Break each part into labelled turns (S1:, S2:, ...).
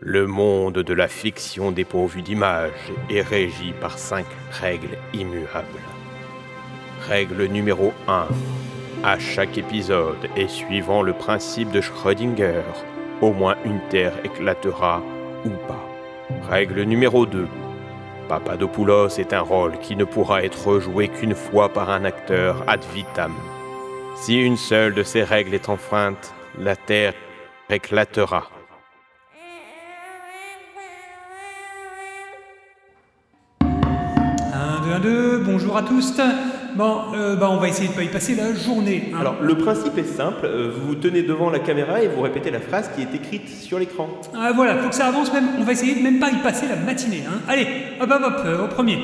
S1: Le monde de la fiction dépourvu d'images est régi par cinq règles immuables. Règle numéro 1. À chaque épisode et suivant le principe de Schrödinger, au moins une terre éclatera ou pas. Règle numéro 2. Papadopoulos est un rôle qui ne pourra être joué qu'une fois par un acteur ad vitam. Si une seule de ces règles est enfreinte, la terre éclatera.
S2: Un, deux, un, deux, bonjour à tous. Bon, euh, bah, on va essayer de pas y passer la journée. hein.
S3: Alors, le principe est simple, euh, vous vous tenez devant la caméra et vous répétez la phrase qui est écrite sur l'écran.
S2: Ah, voilà, faut que ça avance même. On va essayer de même pas y passer la matinée. hein. Allez, hop hop hop, euh, au premier.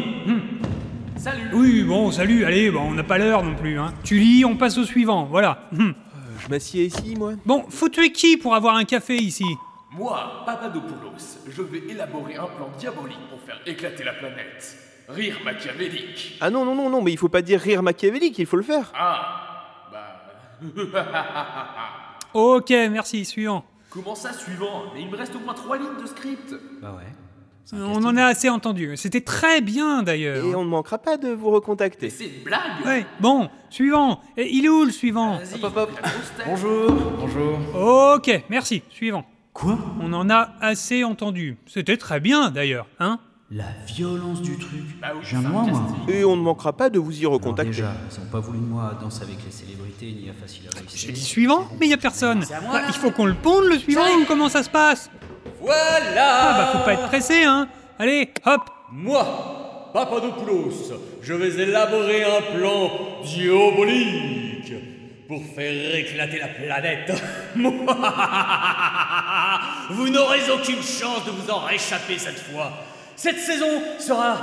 S2: Salut. Oui, bon, salut, allez, bon, on n'a pas l'heure non plus. hein. Tu lis, on passe au suivant, voilà. Hum.
S3: Je m'assieds ici, moi
S2: Bon, faut tuer qui pour avoir un café ici
S4: Moi, Papadopoulos, je vais élaborer un plan diabolique pour faire éclater la planète. Rire machiavélique.
S3: Ah non, non, non, non, mais il faut pas dire rire machiavélique, il faut le faire.
S4: Ah Bah.
S2: Ok, merci, suivant.
S4: Comment ça, suivant Mais il me reste au moins trois lignes de script
S5: Bah ouais.
S2: On en a assez entendu. C'était très bien d'ailleurs.
S3: Et on ne manquera pas de vous recontacter.
S4: C'est une blague
S2: Ouais, bon, suivant. Eh, Il est où le suivant
S4: Vas-y,
S3: Hop, hop, hop.
S4: la grosse tête.
S5: Bonjour. Bonjour.
S2: Ok, merci, suivant.
S5: Quoi
S2: On en a assez entendu. C'était très bien d'ailleurs, hein
S5: La violence du truc.
S4: Bah oui,
S5: J'ai un noir, moi.
S4: sarcastique.
S3: Et on ne manquera pas de vous y
S5: Alors
S3: recontacter.
S5: déjà, ils ont pas voulu de moi à danser avec les célébrités ni à facile à réussir.
S2: J'ai dit suivant, mais il y a personne. Bah, il faut qu'on le ponde le suivant ou comment ça se passe
S6: Voilà
S2: Ah bah faut pas être pressé, hein Allez, hop
S6: Moi, Papadopoulos, je vais élaborer un plan diabolique pour faire éclater la planète. vous n'aurez aucune chance de vous en réchapper cette fois. Cette saison sera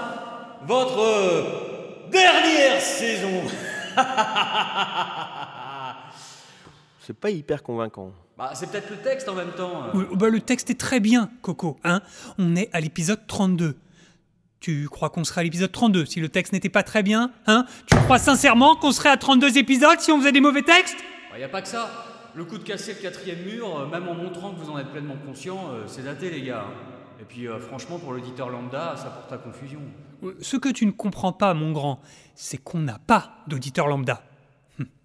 S6: votre euh, dernière saison.
S3: C'est pas hyper convaincant.
S6: Bah, c'est peut-être le texte en même temps. euh.
S2: Oui, bah, Le texte est très bien, Coco, hein On est à l'épisode 32. Tu crois qu'on serait à l'épisode 32 si le texte n'était pas très bien, hein Tu crois sincèrement qu'on serait à 32 épisodes si on faisait des mauvais textes
S6: Il n'y a pas que ça. Le coup de casser le quatrième mur, euh, même en montrant que vous en êtes pleinement conscient, euh, c'est daté, les gars. hein. Et puis, euh, franchement, pour l'auditeur lambda, ça porte à confusion.
S2: Euh, Ce que tu ne comprends pas, mon grand, c'est qu'on n'a pas d'auditeur lambda.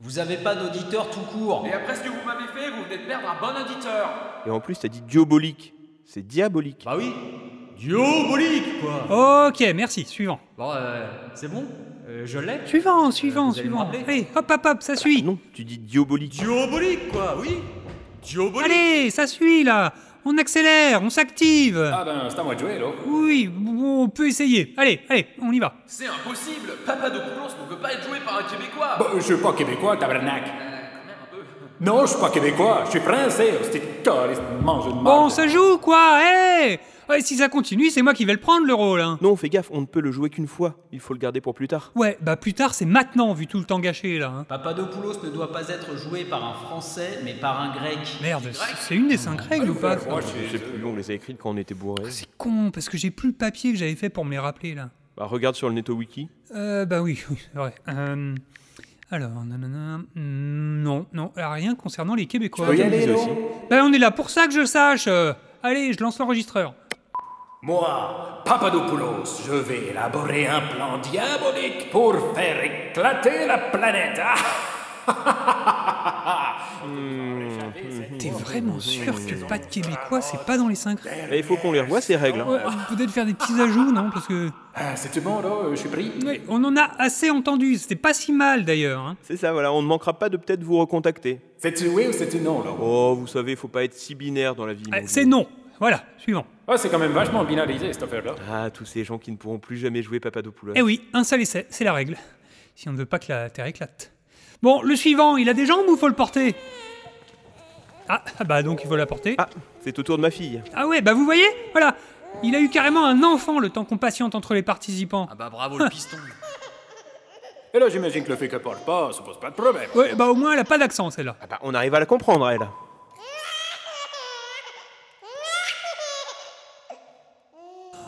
S6: Vous avez pas d'auditeur tout court.
S4: Et après ce que vous m'avez fait, vous venez de perdre un bon auditeur
S3: Et en plus, t'as dit diabolique. C'est diabolique.
S6: Bah oui. Diabolique, quoi.
S2: Ok, merci, suivant.
S6: Bon, euh, c'est bon Euh, Je l'ai.
S2: Suivant, suivant,
S6: vous allez me
S2: suivant.
S6: rappeler
S2: Allez, hop, hop, hop, ça suit.
S7: Ah,
S3: Non, tu dis diabolique.
S6: Diabolique, quoi, oui. Diabolique.
S2: Allez, ça suit là. On accélère, on s'active.
S7: Ah ben, c'est à moi de jouer, là.
S2: Oui, bon, on peut essayer. Allez, allez, on y va.
S7: Ah,
S4: C'est impossible Papadopoulos ne peut pas être joué par un Québécois
S8: euh,
S7: Bah, je suis pas québécois, tabarnak. Non, je suis pas québécois, je suis français. C'était carré, mange une
S2: Bon,
S7: marde.
S2: ça joue quoi Hey Ouais, Si ça continue, c'est moi qui vais le prendre le rôle. hein.
S3: Non, fais gaffe, on ne peut le jouer qu'une fois. Il faut le garder pour plus tard.
S2: Ouais, bah plus tard, c'est maintenant, vu tout le temps gâché là. hein.
S5: Papadopoulos ne doit pas être joué par un Français, mais par un Grec.
S2: Merde, c'est- c'est une des cinq règles ou pas ça
S7: Moi, je suis-
S3: C'est plus long, on les a écrites quand on était bourrés.
S2: C'est con, parce que j'ai plus le papier que j'avais fait pour me les rappeler là.
S3: Bah, regarde sur le Netto Wiki.
S2: Euh, bah oui, oui, c'est vrai. Euh, alors, nanana, hmm, non, non, alors rien concernant les Québécois.
S7: Faut y aller, là.
S2: Bah on est là pour ça que je le sache. euh. allez, je lance l'enregistreur.
S7: Moi, Papadopoulos, je vais élaborer un plan diabolique pour faire éclater la planète. Ah,
S2: T'es vraiment sûr que pas de Québécois, c'est pas dans les cinq règles
S3: Et il faut qu'on les revoie, ces règles. hein.
S2: Ouais, Peut-être faire des petits ajouts, non Parce que
S7: Ah, c'est tout bon, là, je suis pris.
S2: ouais, on en a assez entendu. C'était pas si mal d'ailleurs. hein.
S3: C'est ça, voilà, on ne manquera pas de peut-être vous recontacter.
S7: C'est-tu oui ou c'est-tu non, là?
S3: Oh, vous savez, faut pas être si binaire dans la vie.
S2: Ah,
S3: mon
S2: C'est
S3: Dieu.
S2: non. Voilà, suivant.
S7: Ah, c'est quand même vachement binarisé, cette affaire-là.
S3: Ah, tous ces gens qui ne pourront plus jamais jouer Papadopoulos.
S2: Eh oui, un seul essai, c'est la règle. Si on ne veut pas que la terre éclate. Bon, le suivant, il a des jambes ou faut le porter ah, ah bah donc il faut la porter. Ah,
S3: Ah, c'est au tour de ma fille.
S2: ouais, bah vous voyez Voilà. Il a eu carrément un enfant le temps qu'on patiente entre les participants.
S6: Ah bah bravo le piston.
S7: Et là, j'imagine que le fait qu'elle parle pas, ça pose pas de problème.
S2: Ouais, bah au moins elle a pas d'accent celle-là.
S3: Ah bah, on arrive à la comprendre, elle.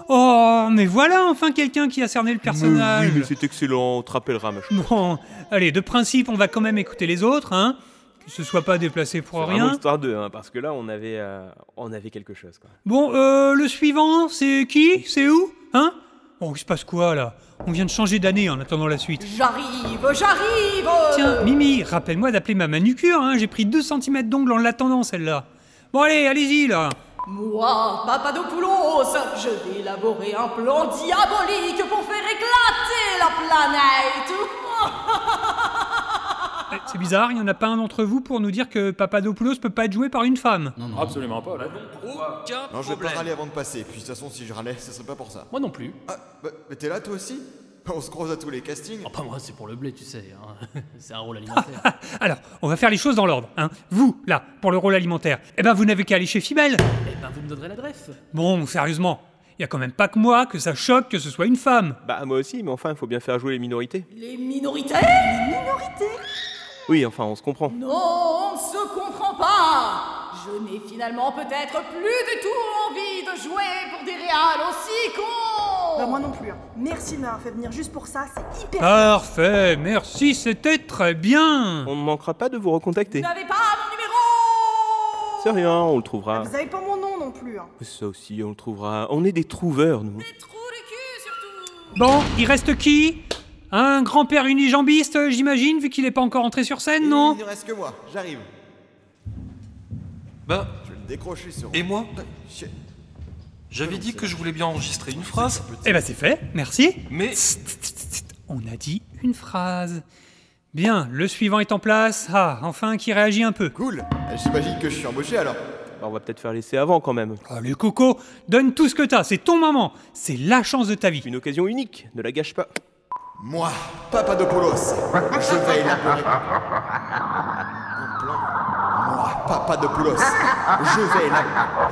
S2: Oh, mais voilà enfin quelqu'un qui a cerné le personnage.
S3: oui, mais c'est excellent, on te rappellera, ma chou-
S2: Bon, allez, de principe, on va quand même écouter les autres, hein. qu'il se soit pas déplacé pour
S3: C'est vraiment
S2: rien.
S3: l'histoire 2, hein, parce que là, on avait, euh, on avait quelque chose. Quoi.
S2: Bon, euh, le suivant, c'est qui C'est où Hein Bon, il se passe quoi là On vient de changer d'année en attendant la suite.
S9: J'arrive, j'arrive
S2: Tiens, Mimi, rappelle-moi d'appeler ma manucure, hein, j'ai pris 2 cm d'ongle en l'attendant celle-là. Bon allez, allez-y là
S9: Moi, Papadopoulos, je vais élaborer un plan diabolique pour faire éclater la planète
S2: Eh, C'est bizarre, il n'y en a pas un d'entre vous pour nous dire que Papadopoulos peut pas être joué par une femme.
S7: Absolument pas.
S6: Aucun
S10: Non, je vais pas
S6: problème.
S10: râler avant de passer. Puis de toute façon, si je râlais, ce serait pas pour ça.
S5: Moi non plus.
S10: Ah, bah, mais t'es là toi aussi On se croise à tous les castings.
S5: Ah, pas moi, c'est pour le blé, tu sais. hein. c'est un rôle alimentaire.
S2: Ah, Alors, on va faire les choses dans l'ordre, hein. Vous, là, pour le rôle alimentaire, eh ben vous n'avez qu'à aller chez Fibel
S5: eh ben, vous me donnerez l'adresse.
S2: Bon, sérieusement, il y a quand même pas que moi que ça choque que ce soit une femme.
S3: Bah, moi aussi, mais enfin, il faut bien faire jouer les minorités.
S9: Les minorités Les minorités
S3: Oui, enfin, on se comprend.
S9: Non, on ne se comprend pas Je n'ai finalement peut-être plus du tout envie de jouer pour des réals aussi cons
S11: Bah moi non plus. hein. Merci de m'avoir fait venir juste pour ça, c'est hyper.
S2: Parfait, merci, c'était très bien
S3: On ne manquera pas de vous recontacter.
S9: Vous n'avez pas mon numéro
S3: C'est rien, on le trouvera.
S11: Vous avez pas mon nom non plus. hein.
S3: Ça aussi, on le trouvera. On est des trouveurs, nous.
S9: Des trous de cul surtout
S2: Bon, il reste qui Un grand-père unijambiste, euh, j'imagine, vu qu'il n'est pas encore entré sur scène, non
S10: Il ne reste que moi, j'arrive.
S8: Bah,
S10: Je vais le décrocher sur.
S8: et moi
S10: Shit.
S8: J'avais dit que je voulais bien enregistrer une phrase,
S2: Eh ben c'est fait, merci.
S8: mais
S2: On a dit une phrase. Bien, le suivant est en place. Ah, enfin, qui réagit un peu.
S10: Cool Euh, J'imagine que je suis embauché alors.
S3: Bah, on va peut-être faire l'essai avant quand même.
S2: Allez, Coco, donne tout ce que t'as, c'est ton moment. C'est la chance de ta vie.
S3: Une occasion unique, ne la gâche pas.
S10: Moi, Papadopoulos, je vais élaborer. Mon plan. Moi, Papadopoulos, je vais élaborer.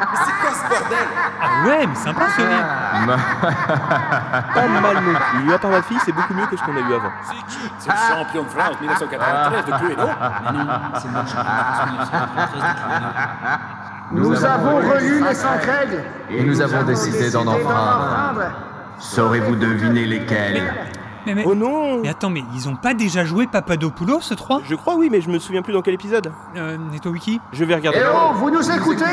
S10: Mais c'est quoi ce bordel
S2: Ah ouais, mais sympa ce mec.
S3: Pas mal non plus. À part ma fille, c'est beaucoup mieux que ce qu'on a eu avant.
S7: C'est le champion de France 1993 de Cluedo.
S12: ah.
S5: Mais non, c'est moi le champion
S12: Nous avons relu les cinq règles et nous avons décidé d'en enfreindre. Saurez-vous deviner lesquelles
S2: Mais, mais,
S3: Oh non
S2: mais attends, mais ils ont pas déjà joué Papadopoulos, ce 3
S3: Je crois, oui, mais je me souviens plus dans quel épisode.
S2: Euh, Neto Wiki
S3: Je vais regarder.
S12: Eh oh, vous nous écoutez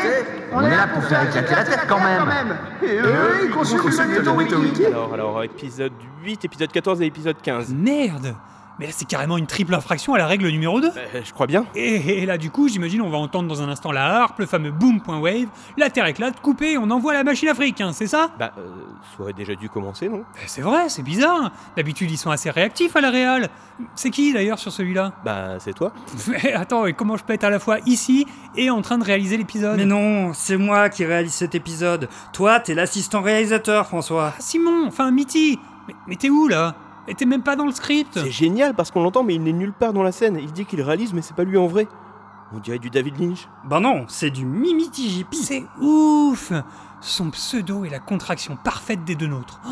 S12: On est là pour faire éclater la tête quand même Eh Et eux, ils consultent le Netowiki
S3: Alors, alors, épisode 8, épisode 14 et épisode 15.
S2: Merde Mais là, c'est carrément une triple infraction à la règle numéro 2.
S3: Euh, je crois bien.
S2: Et, et là, du coup, j'imagine, on va entendre dans un instant la harpe, le fameux boom.wave, la terre éclate, coupée, on envoie la machine afrique, hein, c'est ça
S3: Bah, euh, ça aurait déjà dû commencer, non
S2: Ben, C'est vrai, c'est bizarre. D'habitude, ils sont assez réactifs à la Real. C'est qui d'ailleurs sur celui-là
S3: Bah, c'est toi.
S2: Mais Attends, et comment je peux être à la fois ici et en train de réaliser l'épisode
S12: Mais non, c'est moi qui réalise cet épisode. Toi, t'es l'assistant réalisateur, François.
S2: Ah, Simon, enfin Mitty Mais, mais t'es où là Et t'es même pas dans le script
S3: C'est génial parce qu'on l'entend, mais il n'est nulle part dans la scène. Il dit qu'il réalise, mais c'est pas lui en vrai. On dirait du David Lynch.
S12: Bah non, c'est du mimitigipi.
S2: C'est ouf Son pseudo est la contraction parfaite des deux nôtres. Oh,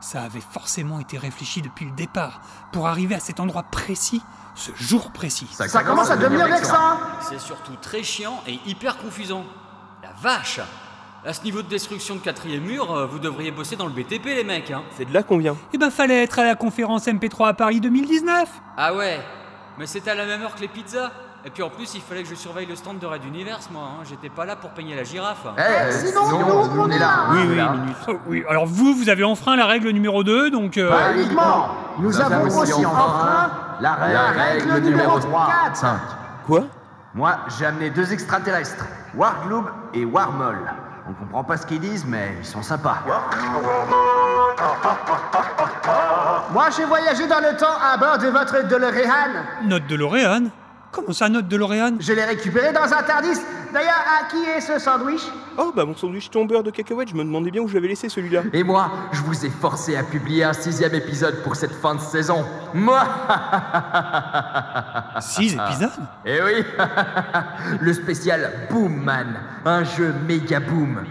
S2: ça avait forcément été réfléchi depuis le départ, pour arriver à cet endroit précis, ce jour précis.
S12: Ça commence à devenir vexant
S6: C'est surtout très chiant et hyper confusant. La vache À ce niveau de destruction de quatrième mur, euh, vous devriez bosser dans le BTP, les mecs, hein.
S3: C'est de là qu'on vient.
S2: Eh ben fallait être à la conférence MP3 à Paris 2019
S6: Ah ouais Mais c'était à la même heure que les pizzas Et puis en plus, il fallait que je surveille le stand de Red Universe, moi, hein. J'étais pas là pour peigner la girafe.
S12: Sinon, nous, Eh, on est là
S3: Oui, oui, minute.
S2: Oh, Oui, alors vous, vous avez enfreint la règle numéro 2, donc... euh,
S12: uniquement Nous avons aussi enfreint la règle numéro 4
S3: Quoi
S12: Moi, j'ai amené deux extraterrestres, Wargloob et Warmol. On comprend pas ce qu'ils disent, mais ils sont sympas. Moi, j'ai voyagé dans le temps à bord de votre DeLorean.
S2: Note de Loréane Comment ça, note de Loréane
S12: Je l'ai récupéré dans un tardis. D'ailleurs, à qui est ce sandwich
S3: Oh, bah, mon sandwich tombeur de cacahuètes, je me demandais bien où j'avais laissé celui-là.
S12: Et moi, je vous ai forcé à publier un sixième épisode pour cette fin de saison. Moi
S2: Ah, Six épisodes
S12: Eh oui Le spécial Boom Man, un jeu méga boom.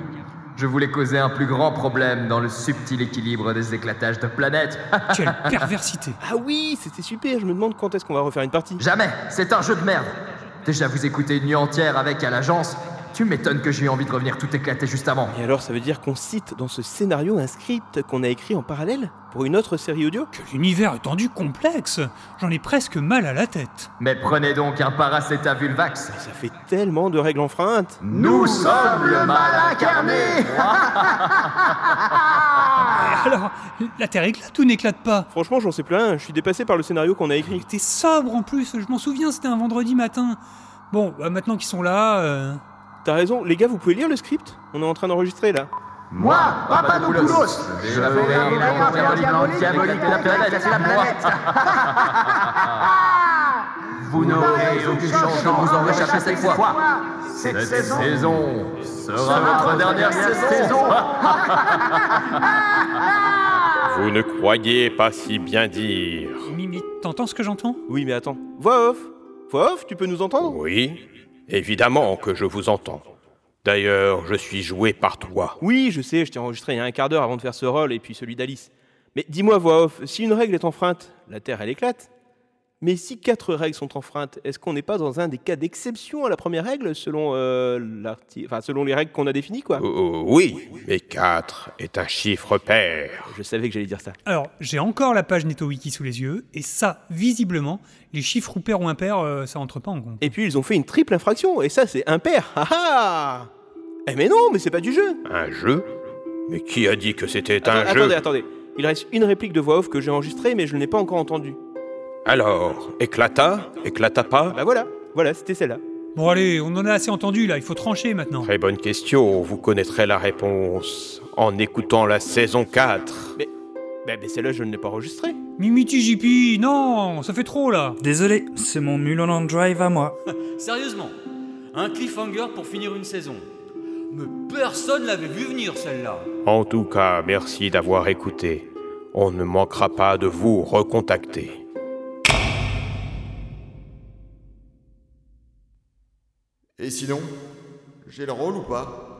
S12: Je voulais causer un plus grand problème dans le subtil équilibre des éclatages de planètes.
S2: Quelle perversité
S3: Ah oui, c'était super. Je me demande quand est-ce qu'on va refaire une partie.
S12: Jamais, c'est un jeu de merde. Déjà, vous écoutez une nuit entière avec à l'agence. Tu m'étonnes que j'ai eu envie de revenir tout éclaté juste avant.
S3: Et alors, ça veut dire qu'on cite dans ce scénario un script qu'on a écrit en parallèle pour une autre série audio
S2: Que l'univers est rendu complexe J'en ai presque mal à la tête.
S12: Mais prenez donc un paracétavulvax.
S3: Ça fait tellement de règles enfreintes.
S12: Mm.
S10: Nous, sommes le mal incarné
S12: Ah.
S2: Alors, la Terre éclate tout n'éclate pas
S3: Franchement, j'en sais plus rien. Je suis dépassé par le scénario qu'on a écrit.
S2: T'es sobre en plus, je m'en souviens, c'était un vendredi matin. Bon, bah, maintenant qu'ils sont là... euh,
S3: T'as raison, les gars, vous pouvez lire le script On est en train d'enregistrer là.
S10: Moi, Papa Diabolique,
S12: Je vais la diabolique, diabolique, la planète, c'est la planète. Vous n'aurez aucune chance de vous en réchapper cette fois. Cette saison sera votre dernière saison.
S1: Vous ne croyez pas si bien dire.
S2: Mimi, t'entends ce que j'entends
S3: Oui, mais attends. Voix off Voix off, tu peux nous entendre
S1: Oui, évidemment que je vous entends. D'ailleurs, je suis joué par toi.
S3: Oui, je sais, je t'ai enregistré il y a un quart d'heure avant de faire ce rôle et puis celui d'Alice. Mais dis-moi, voix off, si une règle est enfreinte, la Terre elle éclate. Mais si quatre règles sont enfreintes, est-ce qu'on n'est pas dans un des cas d'exception à la première règle selon, euh, l'arti- enfin, selon les règles qu'on a définies, quoi
S1: Oh, oui, mais 4 est un chiffre pair.
S3: Je savais que j'allais dire ça.
S2: Alors, j'ai encore la page NettoWiki sous les yeux, et ça, visiblement, les chiffres ou pairs ou impairs, euh, ça rentre pas en compte.
S3: Et puis ils ont fait une triple infraction, et ça c'est impair. Ah ah Eh mais non, mais c'est pas du jeu
S1: Un jeu Mais qui a dit que c'était un
S3: Attends-
S1: jeu
S3: Attendez, attendez. Il reste une réplique de voix off que j'ai enregistrée, mais je ne l'ai pas encore entendue.
S1: Alors, éclata Éclata pas
S3: Bah voilà, voilà, c'était celle-là.
S2: Bon allez, on en a assez entendu là, il faut trancher maintenant.
S1: Très bonne question, vous connaîtrez la réponse en écoutant la saison 4.
S3: Bah, mais celle-là, je ne l'ai pas enregistrée.
S2: Mimi Tijipi, non, ça fait trop là
S13: Désolé, c'est mon Mulholland Drive à moi.
S6: Sérieusement, un cliffhanger pour finir une saison. Mais personne l'avait vu venir celle-là.
S1: En tout cas, merci d'avoir écouté. On ne manquera pas de vous recontacter.
S10: Et sinon, j'ai le rôle ou pas